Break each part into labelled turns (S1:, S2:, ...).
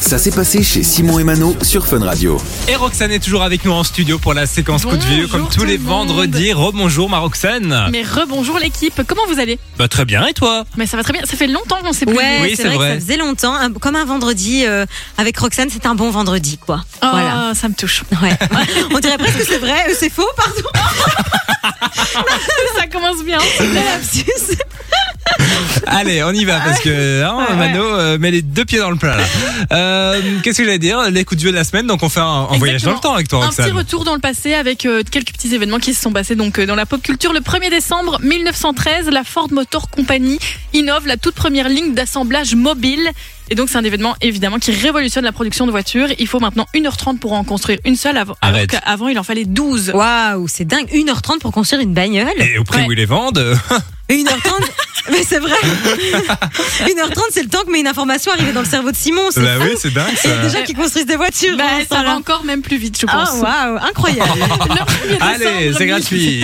S1: Ça s'est passé chez Simon et Mano sur Fun Radio.
S2: Et Roxane est toujours avec nous en studio pour la séquence coup de vieux,
S3: Bonjour
S2: comme
S3: tout
S2: tous les
S3: le monde.
S2: vendredis. Rebonjour ma Roxane.
S3: Mais rebonjour l'équipe, comment vous allez
S2: Bah très bien et toi
S3: Mais ça va très bien, ça fait longtemps qu'on s'est plus
S4: Ouais,
S2: Oui,
S4: c'est
S2: c'est
S4: vrai,
S2: vrai.
S4: que ça faisait longtemps. Un- comme un vendredi euh, avec Roxane, c'est un bon vendredi, quoi.
S3: Oh,
S4: Voilà.
S3: ça me touche.
S4: Ouais. On dirait presque que c'est vrai, euh, c'est faux, pardon.
S3: ça commence bien.
S4: le lapsus.
S2: Allez, on y va parce que hein,
S3: Ouais, ouais.
S2: Mano euh, met les deux pieds dans le plat là. Euh, Qu'est-ce que j'allais dire Les coups de vieux de la semaine, donc on fait un, un voyage dans le temps avec toi
S3: Un petit
S2: Roxane.
S3: retour dans le passé avec euh, quelques petits événements qui se sont passés donc euh, dans la pop culture. Le 1er décembre 1913, la Ford Motor Company innove la toute première ligne d'assemblage mobile. Et donc c'est un événement évidemment qui révolutionne la production de voitures. Il faut maintenant 1h30 pour en construire une seule, av- alors
S2: Arrête.
S3: qu'avant il en fallait 12.
S4: Waouh, c'est dingue. 1h30 pour construire une bagnole.
S2: Et au prix
S3: Ouais.
S2: où ils les vendent, euh,
S4: 1h30. Mais c'est vrai. 1h30, c'est le temps que met une information arrivée dans le cerveau de Simon. C'est
S2: bah
S4: fou.
S2: oui, c'est dingue
S4: Il y a
S2: ça.
S4: déjà qui construisent des voitures.
S3: Bah,
S4: hein,
S3: ça va
S4: là.
S3: encore même plus vite, je pense.
S4: Ah, waouh, incroyable.
S3: Le 1er
S2: Allez,
S3: décembre
S2: c'est gratuit.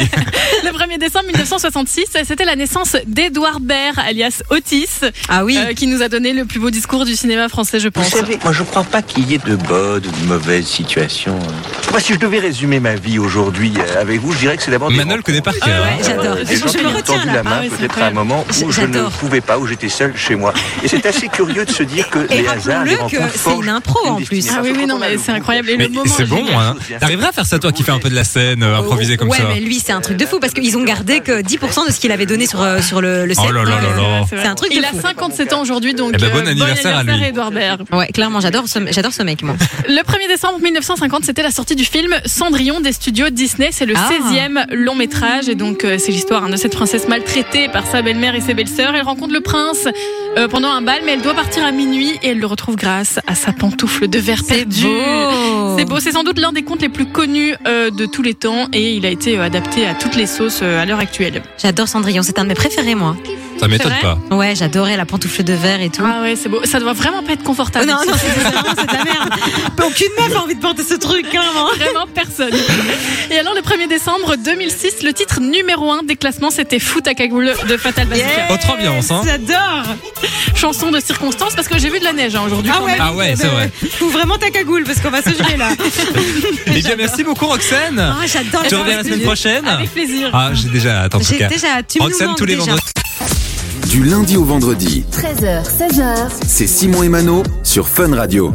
S3: Le 1er décembre 1966, c'était la naissance d'Edouard Baird, alias Otis,
S4: Ah oui.
S3: euh, qui nous a donné le plus beau discours du cinéma français, je
S5: Vous
S3: pense.
S5: savez, moi je crois pas qu'il y ait de bonnes ou de mauvaises situations. hein. Moi, si je devais résumer ma vie aujourd'hui euh, avec vous, je dirais que c'est d'abord. des
S2: Mano le connaît
S5: rencontres.
S2: par cœur.
S4: ouais,
S2: hein.
S4: j'adore.
S5: Des gens
S4: Je
S5: qui
S4: me
S5: m'ont
S4: retiens,
S5: tendu
S4: là.
S5: la
S3: Ah
S5: main
S3: ouais, c'est
S5: peut-être à un
S3: incroyable.
S5: moment
S4: J-
S5: où je ne
S4: j'adore.
S5: pouvais pas, où j'étais seul chez moi. Et c'est assez curieux de se dire que
S4: Et
S5: les hasards, les
S4: rappelons-le que
S5: rencontres
S4: c'est une
S5: forgent
S4: impro en
S5: une
S4: plus.
S5: destinée.
S3: Ah oui, oui, non,
S5: Quand on a
S3: mais
S5: le
S3: c'est
S5: groupe,
S3: incroyable. Et
S2: Mais
S3: le moment
S2: c'est bon,
S3: génial.
S2: hein. T'arriverais à faire ça toi qui fais un peu de la scène, euh, improviser comme
S4: ouais,
S2: ça.
S4: mais lui, c'est un truc de fou parce qu'ils ont gardé que 10% de ce qu'il avait donné sur, euh, sur le, le set.
S2: Oh là là
S4: hein,
S2: là
S4: euh,
S2: là.
S4: C'est un truc de
S3: Il a
S4: fou.
S3: 57 ans aujourd'hui, donc
S2: Eh ben, bon
S3: euh,
S2: anniversaire à lui.
S3: Edouard Baird.
S4: Ouais, clairement, j'adore ce, j'adore ce mec, moi.
S3: Le 1er décembre 1950, c'était la sortie du film Cendrillon des studios Disney. C'est le
S4: Ah.
S3: 16e long métrage et donc euh, c'est l'histoire hein, de cette princesse maltraitée par sa belle-mère et ses belles-sœurs. Elle rencontre le prince euh, pendant un bal, mais elle doit partir à minuit et elle le retrouve grâce à sa pantoufle de verre perdu. C'est beau, c'est sans doute l'un des contes les plus connus euh, de tous les temps et il a été euh, adapté à toutes les sauces euh, à l'heure actuelle.
S4: J'adore Cendrillon, c'est un de mes préférés, moi.
S2: Ça m'étonne
S3: vrai
S2: pas.
S4: Ouais, j'adorais la pantoufle de verre et tout.
S3: Ah ouais, c'est beau. Ça doit vraiment pas être
S4: Hein Oh
S3: confortable.
S4: non, non, c'est c'est vraiment, c'est Ah, de la merde. Aucune meuf a envie de porter ce truc, hein, clairement.
S3: Vraiment personne. Et alors, le 1er décembre 2006, le titre numéro 1 des classements, c'était Foot à cagoule de Fatal Bazooka.
S2: Autre ambiance, hein.
S4: J'adore.
S3: Chanson de circonstance, parce que j'ai vu de la neige hein, aujourd'hui.
S4: Ah
S3: quand
S4: ouais,
S3: même.
S2: Ah ouais, c'est vrai.
S4: Faut vraiment ta cagoule parce qu'on va se geler là.
S2: Eh bien, merci beaucoup Roxane.
S4: Ah, j'adore.
S2: Tu reviens la semaine prochaine.
S3: Avec plaisir.
S2: Ah, j'ai déjà hâte en tout
S4: J'ai
S2: cas.
S4: déjà, tu me
S2: Roxane
S4: nous
S2: tous les
S4: manques déjà.
S2: vendredis.
S1: Du lundi au vendredi,
S6: 13h, 16h,
S1: c'est Simon et Mano sur Fun Radio.